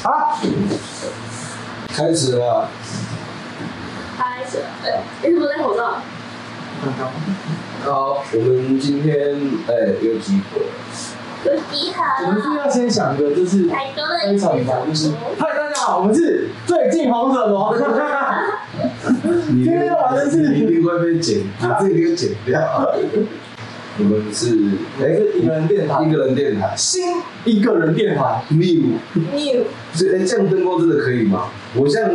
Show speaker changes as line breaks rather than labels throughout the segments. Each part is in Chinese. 啊，开始了，
开始，哎，你怎么戴口罩？
好，我们今天哎、有几个？
有几好？
我们是不是要先想个就是
太多
开场白，就是嗨大家好， 我们是最近红什么？
你
今天要玩的是
你一定会被剪，你这一定会剪 掉。
我们是哎、
是一个人电台
一个人电台
新一个人电台，
，new，
new
这哎、这样灯光真的可以吗？我这样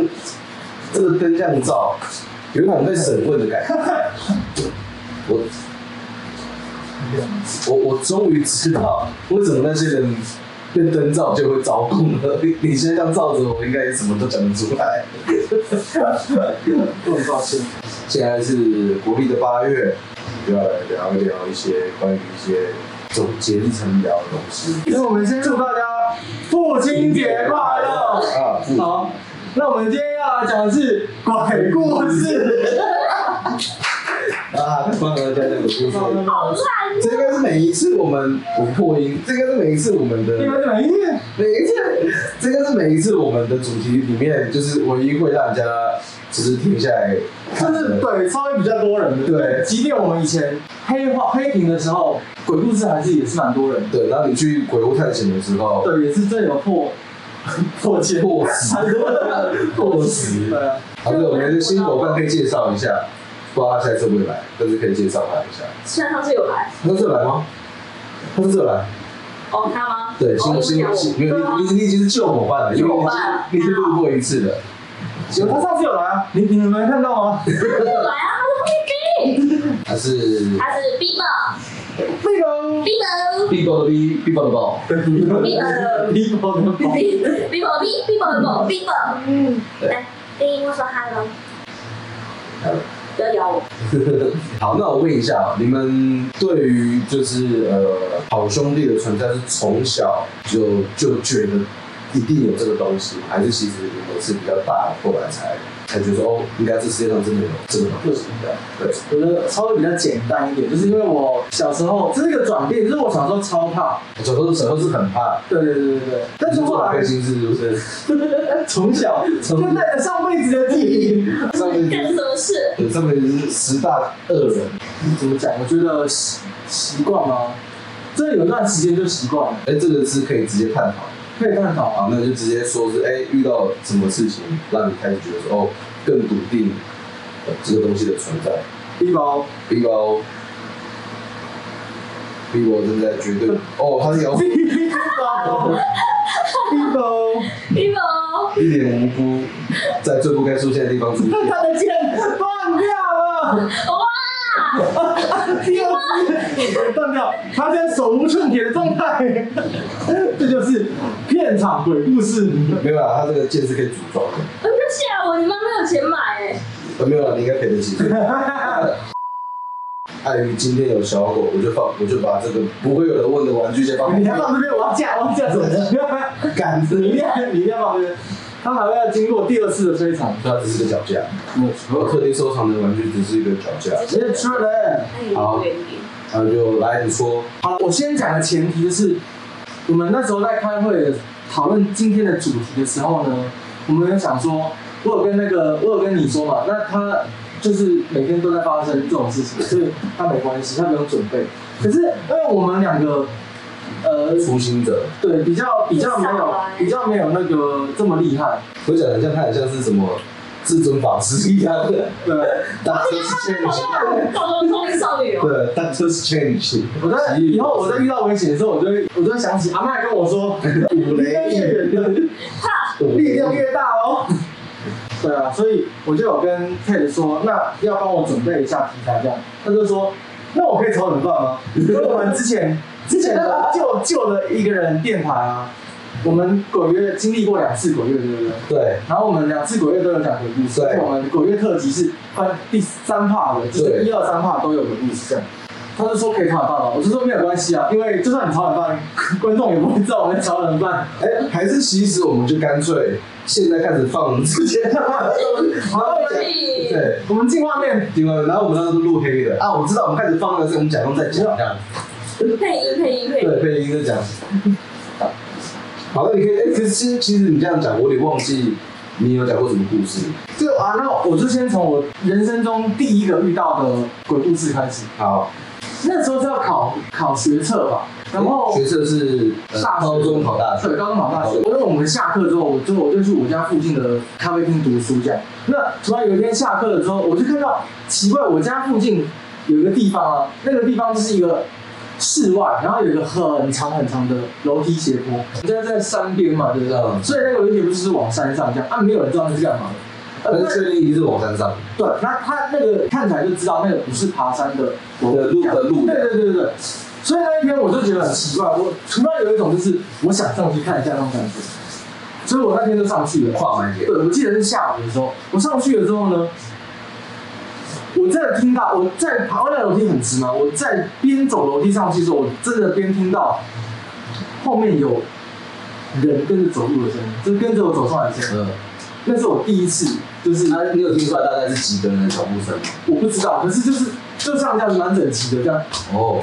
这个灯这样照，有一种被审问的感觉。 我我我终于知道为什么那些人被灯照就会招供了。 你你现在这样照着我，应该也什么都讲得出 来。
不能抱歉，
现在是国历的八月，就要来聊一聊一些关于一些总结历程聊的东西。
所以我们先祝大家父亲节快乐。
啊！不
好，那我们今天要来讲的是鬼故事，
啊，放了在那个部分。
好烂，
这应该是每一次我们我破音，这应该是每一次我们的
你们怎么一定
每一次，这应该是每一次我们的主题里面，就是唯一会让大家就是停下来
就
看的，
是对稍微比较多人的，
对
即便我们以前黑化黑屏的时候，鬼故事还是也是蛮多人的，
对。然后你去鬼屋探险的时候，
对，也是真的有破 破千
破 十
很多人
破十
对啊。
好的，我们的新伙伴可以介绍一下，不知道他下一次会不会来，但是可以介绍他一下。
虽然上次有来，
他是来吗？他是来。
哦，他吗？
对，
哦
新
你
新
讲我
没有你，你你已经是旧伙伴了，因为
啊旧伙伴了
你已经录过一次了。
有他上次有来啊，你你们没看到 吗？
他没有来啊，
他
他是 B，
是
他是 B 吧
那个
B 吧
B 包的 B B 包的包，
B 吧
一包的
B 吧 B 吧 B 吧 B 吧，嗯，来，第一幕说 hello，不要咬我，
好，那我问一下，啊你们对于就是呃好兄弟的存在是从小就就觉得一定有这个东西吗，还是其实你们是比较大后来才才觉得说哦，应该这世界上真的有这个东西的？对，
我的稍微比较简单一点，就是因为我小时候这是一个转变，就是我小时候超怕，
我小时候小时候是很怕，
对对对对对，但是后
做
来
开心是不是？
从小就带着上辈子的记忆，
上面
干什么事？
对上面是十大恶人，
怎么讲？我觉得习习惯吗？真的有一段时间就习惯了，
哎、这个是可以直接探讨的。
可以探讨啊。
好，那就直接说是哎、遇到什么事情让你开始觉得说哦，更笃定、呃这个东西的存在。
一包，
b i b o b i b o 正在绝对哦，他是摇
一包，一包，
B 吧，
一脸无辜，在最不该出现的地方出现。
他的剑断掉了，
哇，
第二次断掉，他现在手无寸铁的状态，这就是片场鬼故事。
没有啦，他这个剑是可以组装的。
我就吓我，你妈没有钱买哎，
呃没有啦，你应该赔得起。碍于今天有小狗，我就放，我就把这个不会有人问的玩具先放。
你要放这边，我要架，我要架手机，
杆子，
你一定要，你一定要放这边。他还会要经过第二次的摧残，
它只是个脚架。
没有
我特地收藏的玩具只是一个脚架。
直接出来。
那你离远一哎点，
然后就来你说，
好了，我先讲的前提就是，我们那时候在开会讨论今天的主题的时候呢，我们有想说，我有跟那个，我有跟你说嘛，那他就是每天都在发生这种事情，所以他没关系，他不用准备。可是因为我们两个，呃，
初心者，
对，比较比较没有比较没有那个这么厉害，
我讲的像他很像是什么至尊法师一样的，
对，
大
而
车
且
是
他好
change，
像搞成聪明少女哦，
对，大车是 change，
我在以后我在遇到危险的时候，我就会我就会想起阿麦跟我说，
五雷
越
一
远的
怕。
力量越大哦。 对啊，所以我就有跟 Ted 说，那要帮我准备一下题材这样。他就说，那我可以炒冷饭吗？因为我们之前之前 的旧旧的一个人电台啊，我们鬼月经历过两次鬼月，对不对？
对，
然后我们两次鬼月都有讲鬼故事，
对
而且我们鬼月特辑是分第三 part 的，就是
对
一二三 part 都有鬼故事这样。他就说可以炒冷饭吗？我就说没有关系啊，因为就算你炒冷饭，观众也不会知道我们在炒冷饭。
哎，还是其实我们就干脆现在开始放之前，
好，我们
对，
对，
我们进画面，
另外，然后我们那时候录黑的啊，我知道我们开始放的是我们假装在讲这样，
配音配音配音，
对，配音在讲，好，那你可以，哎、可是其实其实你这样讲，我有点忘记你有讲过什么故事。
这啊，那我就先从我人生中第一个遇到的鬼故事开始。
好，
那时候是要考考学测吧，然后
学测是、呃
大学
高中考大学
对，，高中考大学。因为我们下课之后，我就我就去我家附近的咖啡厅读书这样。那突然有一天下课的时候，我就看到奇怪，我家附近有一个地方啊，那个地方就是一个室外，然后有一个很长很长的楼梯斜坡，人家在山边嘛，对不对？
嗯
所以那个楼梯斜坡就是往山上这样，啊，没有人知道那是干嘛的。呃
但是确定一定是往山上。
对，那他那个看起来就知道那个不是爬山的
的路的路
对对对对对。所以那一天我就觉得很奇怪，我突然有一种就是我想上去看一下那种感觉，所以我那天就上去了。
跨满节
对，我记得是下午的时候，我上去了之后呢，我真的听到我在爬那楼梯很直嘛，我在边走楼梯上去的时候，我真的边听到后面有人跟着走路的声音，就是跟着我走上来的声音。
嗯，
那是我第一次，就是
那你有听出来大概是几个人的脚步声吗？
我不知道，可是就是就像这样蛮整齐的这样，
哦，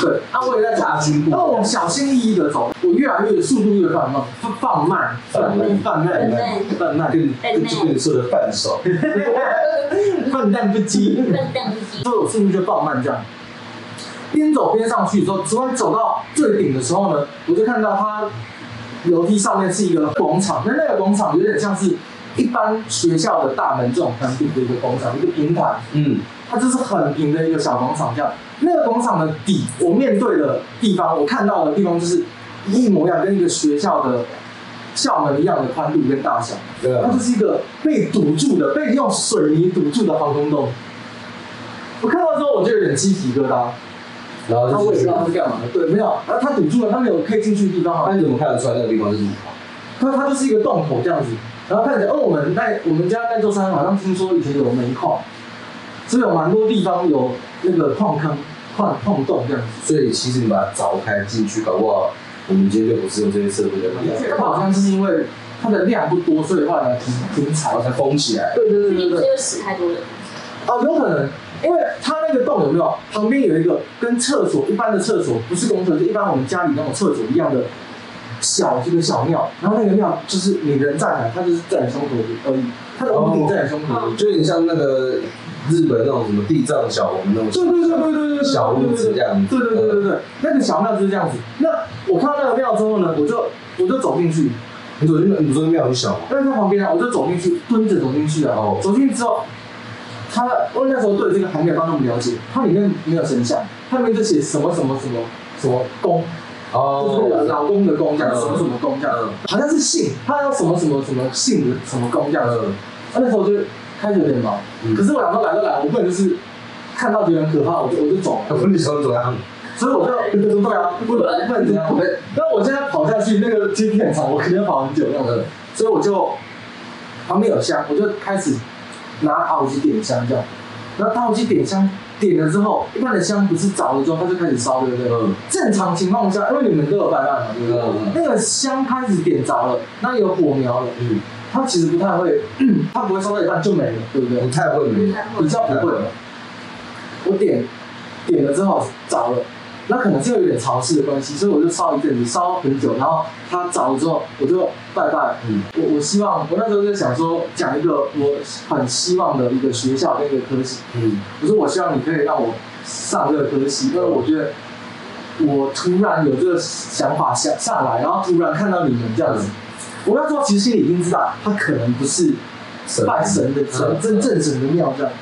对，啊我也在走
大军部
那我小心翼翼的走，我越来越速度越放慢，放放慢，放慢，放慢，放慢，
跟跟就跟你说的半熟。
笨蛋不羁，
笨蛋机，
所以我速度就放慢这样。边走边上去之后，突然走到最顶的时候呢，我就看到它楼梯上面是一个广场，那那个广场有点像是一般学校的大门这种宽度的一个广场，一个平台。
嗯，
它就是很平的一个小广场这样。那个广场的底，我面对的地方，我看到的地方就是一模一样，跟一个学校的校门一样的宽度跟大小。
对
它
啊
就，是一个被堵住的、被用水泥堵住的防空洞。我看到之后，我就有点鸡皮疙瘩。
然后
那
就啊
我也不
是
知道它是干嘛的，对，没有。然后它堵住了，它没有可以进去的地方啊
那。你怎么看得出来那个地方是你？
它它就是一个洞口这样子，然后看起来，哦，我们那我们家那座山好像听说以前有煤矿，所以有蛮多地方有那个矿坑、矿矿洞这样子。
所以其实你把它凿开进去，搞不好我们今天就不是用这些设备在弄，
它好像就是因为它的量不多，所以后来停停
然
采
后。才封起来。
对对
是
对
你
对
不
对
是，又死太多人？
哦，有可能，因为它那个洞有没有旁边有一个跟厕所一般的厕所，不是公厕，就一般我们家里那种厕所一样的小这个小尿，然后那个尿就是你人站来，它就是在你胸口而已，它的屋顶在你胸口而已。
就有点像那个日本那种什么地藏小王那种
对对对对对对对，
小屋子这样子。
对对对对对，那个小庙就是这样子。那我看到那个庙之后呢，我就我就走进去，
你昨天你昨天庙很小吗？
但是它旁边啊，我就走进去，蹲着走进去啊。
哦
走进去之后，他因为那时候对这个还没有到那么了解，它里面没有神像，它里面就写什么什么什么什么宫，就是那个
哦，嗯
老公的宫这样，什么什么宫这样，好像是姓，他要什么什么什么姓的什么宫这样子。
嗯，
啊那时候我就开始有点毛，
嗯
可是我想说来都来，我不能就是看到觉得很可怕，我就我就走了。
我你想怎样？
所以我就对啊，不能不能这样。那我现在跑下去那个接片场，我肯定要跑很久那种。所以我就旁边有香，我就开始拿打火机点香这样。然后打火机点香点了之后，一般的香不是着了之后它就开始烧，对不对？
嗯
正常情况下，因为你们都有办案嘛，对不对？
嗯
那个香开始点着了，那有火苗了，
嗯，
它其实不太会，它不会烧到一半就没了，对不对？
不太会没。
比较不会了。我点点了之后着了，那可能是有点潮湿的关系，所以我就烧一阵子，烧很久，然后它着了之后，我就拜拜。
嗯
我我希望我那时候就想说，讲一个我很希望的一个学校跟一个科系，
嗯，
我说我希望你可以让我上这个科系，因为我觉得。我突然有这个想法想上来，然后突然看到你们这样子，我那时候其实心里已经知道，他可能不是拜神的神，真正神的庙这样。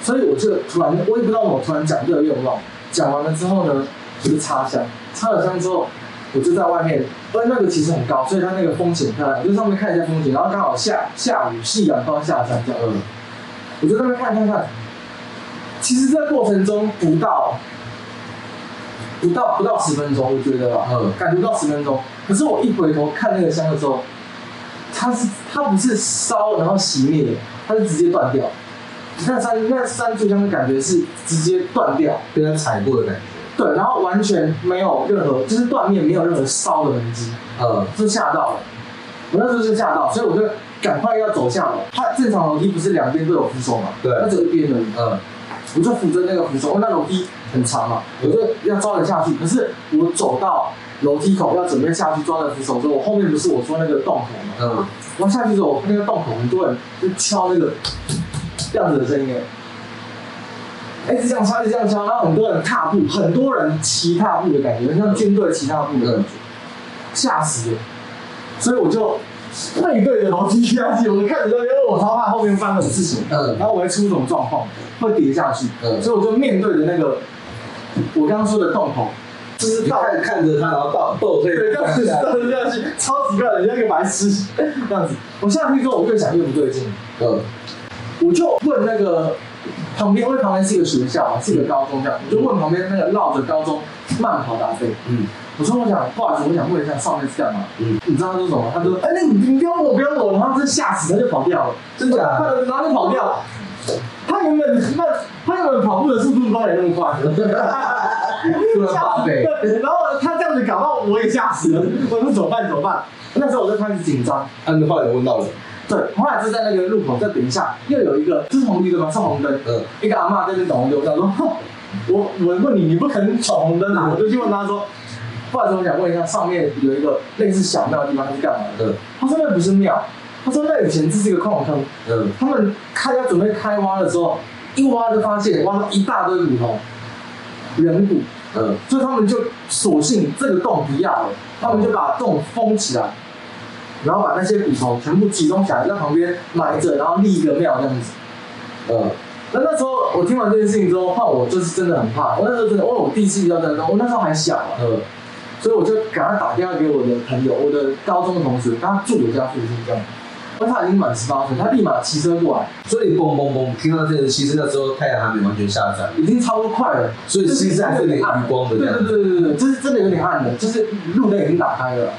所以我就突然，我也不知道我突然讲这个愿望，讲完了之后呢，我就插香，插了香之后，我就在外面，因为那个其实很高，所以它那个风景很漂亮，我就上面看一下风景，然后刚好下下午夕阳刚下山这样，
嗯，
我就在那边看看看。其实这个过程中不到不到不到十分钟，我觉得吧，
嗯
感觉不到十分钟。可是我一回头看那个香的时候，它是它不是烧然后熄灭的，它是直接断掉。那三那三炷香的感觉是直接断掉，
被他踩过的感觉。
对，然后完全没有任何就是断面没有任何烧的痕迹。
嗯
就吓到了，我那时候就吓到，所以我就赶快要走下楼。它正常楼梯不是两边都有扶手嘛？
对
它只有一边而已。
嗯，
我就扶着那个扶手，因为那楼梯很长嘛，我就要招人下去。可是我走到楼梯口要准备下去抓着扶手的时候，我后面不是我说那个洞口吗？
嗯，
我下去的时候，那个洞口很多人就敲那个这样子的声音，哎，一直这样敲，一直这样敲，然后很多人踏步，很多人骑踏步的感觉，很像军队骑踏步的感觉，吓死了。所以我就背对着楼梯下去，我就看着那边，因为我超怕后面发生什么事情，
嗯
呃然后我会出什么状况，会跌下去，
嗯
所以我就面对着那个我刚刚说的洞口，就是
你
到
看看着他，然后倒倒退，
对，这样子，这样子下去，超奇怪的，像一个白痴这样子。我下去之后，我越想越不对劲，
嗯
我就问那个旁边，因为旁边是一个学校嘛，是一个高中这样，我就问旁边那个绕着高中慢跑的阿飞，
嗯
我说我想，不好意思，我想问一下上面是干嘛？
嗯，
你知道他说什么？他说，哎、那你你不要我，不要我，然后他就吓死，他就跑掉了，
真假的
他然后就跑掉了。他原本慢，他原本跑步的速度哪有那么快？
了八倍
对然后他这样子搞到我也吓死了，我说怎么办怎么办？那时候我就开始紧张。
啊，你后来有问到了，
对，后来就在那个路口再等一下，又有一个这是红绿灯吗？是红灯，
嗯
一个阿嬷在那边等红灯，我想说，哼我我问你，你不可能闯红灯啊！我就去问他说，不好意思，我想问一下，上面有一个类似小庙的地方，它是干嘛的？
嗯
他说那不是庙，他说那以前这是一个矿坑，
嗯，
他们开要准备开挖的时候，一挖就发现挖到一大堆骨头，人骨，呃
嗯
所以他们就索性这个洞不要了，他们就把洞封起来，然后把那些骨头全部集中起来，在旁边埋着，然后立一个庙这样子。呃
嗯
那那时候我听完这件事情之后，换我就是真的很怕，我那时候真的，因为我第一次遇到这样的东西，我那时候还小啊，
嗯
所以我就赶快打电话给我的朋友，我的高中的同学，他住我家附近这样。那他已经满十八岁，他立马骑车过来，
所以嘣嘣嘣，听到这个，其实那时候太阳还没完全下山，
已经超过快了，
所以其实还是有点余光的这
对
样
对对对对，就是真的有点暗了，就是路灯已经打开了。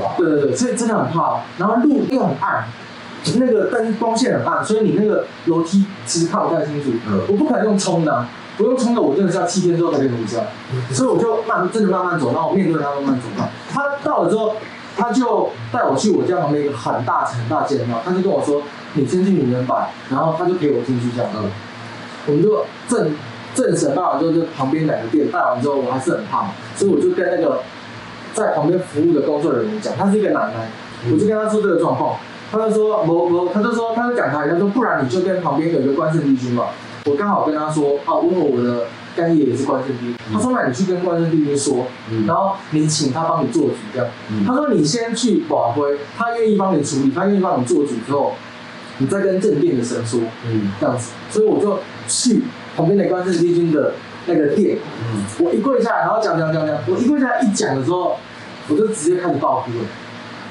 哇，
对对对，所以真的很怕。然后路又很暗，那个灯光线很暗，所以你那个楼梯其实看不太清楚。
嗯
我不可能用冲的啊、我用冲的，我真的是要七天之后才可以回家。
嗯
所以我就慢，真的慢慢走，然后我面对他慢慢走到。他到了之后，他就带我去我家旁边一个很大很大间的庙，他就跟我说：“你先进女人版。”然后他就陪我进去这样。
嗯
我们就正正神拜完之后，就旁边两个店拜完之后，我还是很怕，所以我就跟那个在旁边服务的工作人员讲，她是一个奶奶，
嗯
我就跟她说这个状况，她就说我我，她就说她就讲台，她说不然你就跟旁边有一个关圣帝君嘛，我刚好跟她说啊，因为我的干爷也是关圣帝君，她说那你去跟关圣帝君说，
嗯
然后你请他帮你做主这样，
嗯
她说你先去保归，他愿意帮你处理，他愿意帮你做主之后，你再跟正殿的神说，
嗯
这样子，所以我就去旁边的关圣帝君的那个店，
嗯，
我一跪下来，然后讲讲讲讲，我一跪下来一讲的时候，我就直接开始爆哭了。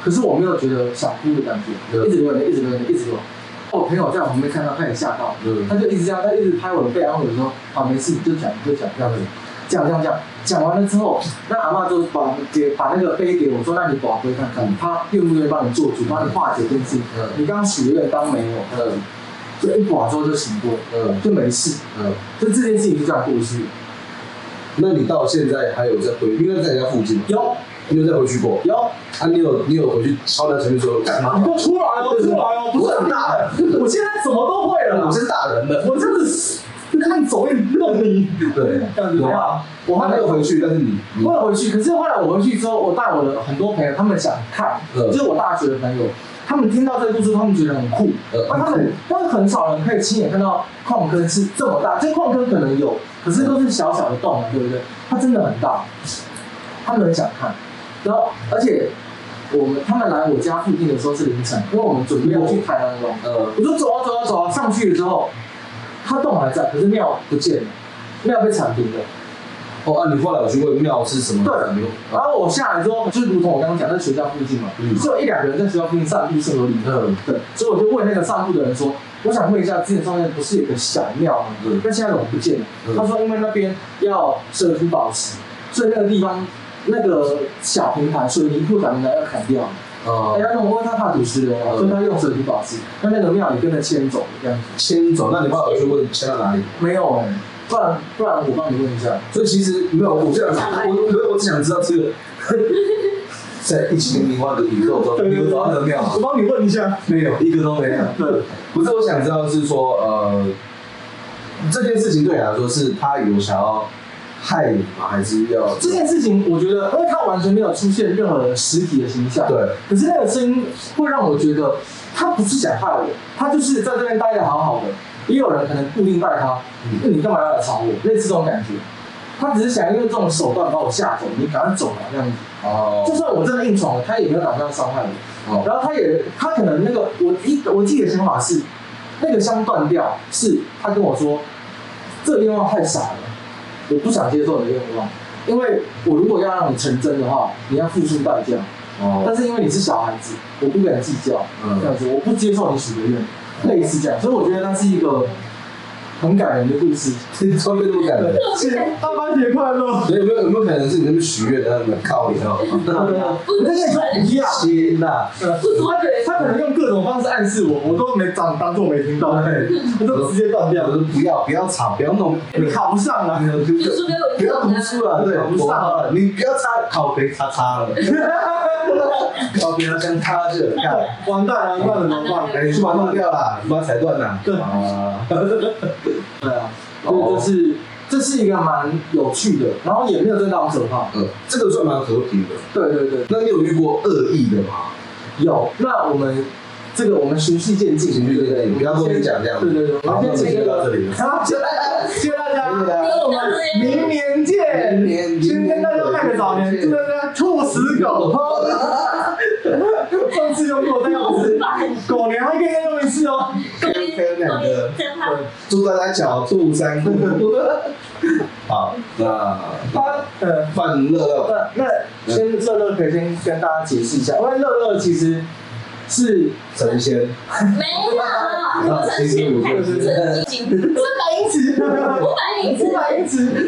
可是我没有觉得想哭的感觉，
对
一直流眼泪，一直流眼泪，一直流。我朋友在我旁边看到，他也吓到，
嗯
他就一直这样，他一直拍我的背，安慰我说：“啊，没事，你就讲，你就讲，这样子，讲讲讲。”讲完了之后，那阿嬷就把给把那个杯给我，说：“那你保回看看，他愿不愿意帮你做主，帮你化解这件事情
嗯？
你刚许愿当没有，
嗯
就一保之后就醒过了，
嗯
就没事。
嗯，
就这件事情就这样过去了。
那你到现在还有在回，因为在你家附近嘛，
有
你有再回去过？
有。
啊，你有你有回去敲那前面说干嘛
你？给我出来哦，出来哦！不是很大的，我现在什么都会了
我
啦，
是大人了，
我真的是按走一弄你，
对，
这样子
有
对
啊
吧？我
还
后
没
来
有回去，但是你你
后来回去，可是后来我回去之后，我带我的很多朋友，他们想看，
嗯
就是我大学的朋友，他们听到这个故事，他们觉得很酷
嗯，
那他们但是很少人可以亲眼看到矿坑是这么大，这矿坑可能有，可是都是小小的洞嘛，对不对？它真的很大，他们很想看，然后而且我们他们来我家附近的时候是凌晨，因为我们准备要去台南玩，
呃
我就走啊走啊走啊，上去了之后，它洞还在，可是庙不见了，庙被铲平了。
哦啊，你后来有去问庙是什么？
对
没有
然后我下来之后，就如同我刚刚讲，在学校附近嘛，
嗯
只有一两个人在学校附近散步是合理的。
嗯
对，所以我就问那个散步的人说：“我想问一下，之前上面不是有个小庙吗
嗯？
那现在怎么不见了？”
嗯
他说：“因为那边要水土保持，所以那个地方那个小平台水泥铺小平台要砍掉，大
呃，
家弄，因为他怕土石流啊，
嗯
所以他用水土保持。那那个庙也跟着迁走了这样子。
迁走，那你后来有去问迁到哪里？
没有哎、不然不然我帮你问一下。
所以其实没有，我这样，我我我只想知道这个，在一千零万个宇宙中，你有找到那个庙吗啊
我？帮你问一下。
没有，一个都没有。
对，
不是，我想知道是说，呃，这件事情对你来说是他有想要害你吗？还是要
这件事情，我觉得，因为他完全没有出现任何实体的形象，
对。
可是那个声音会让我觉得，他不是想害我，他就是在这边待的好好的。也有人可能固定带他，
嗯
那你干嘛要来吵我？类似这种感觉，他只是想用这种手段把我吓走，你赶快走啊，这样子。就
哦
算我真的硬闯了，他也没有打算要伤害我。
哦
然后他也，他可能那个我一我自己的想法是，那个香断掉是他跟我说，这个愿望太傻了，我不想接受你的愿望，因为我如果要让你成真的话，你要付出代价。
哦，
但是因为你是小孩子，我不跟你计较，
嗯
这样子我不接受你许的愿，类似这样，所以我觉得那是一个很感人的故事。
这超没那么感人。
是爸爸节快乐。
所以有没有有没有可能是你那么许愿，然后你们靠你哦？
我那个时候一样，
天哪！
呃他可能用各种方式暗示我，我都没当当做没听到，
嗯
我都直接断掉
我
了。
说不要不要吵，不要弄，
你考不上 啊！
读书给我
不要读书了，对，
不上了
你不要擦靠别擦擦了，靠别要先擦着，干，
完蛋了，完蛋了，怎么办？
哎，你去把它弄掉啦，你把它踩断啦。
对
啊，
对啊，
哦
对，就是这是一个蛮有趣的，然后也没有真的很可怕。
呃，这个算蛮和平的。
对对对，
那你有遇过恶意的吗？
有。那我们这个我们循序渐进，
循序渐进不要跟我讲这样
对对对，我
好
们先请
那我们就到这里了
好，谢谢大家，谢谢大
谢谢大
家，
家
那我们明哎年见。
明年
先跟大家拜个早年，祝大家兔死狗烹。上次用过这样子，狗年还可以再用一次哦。
对祝大家狡兔三窟。 好，那
他呃。
范乐乐，
那那先乐乐可以先跟大家解释一下，因为乐乐其实是
神仙，
没有，我澄清，太澄清，
三百英尺，
五百米之
五百英尺，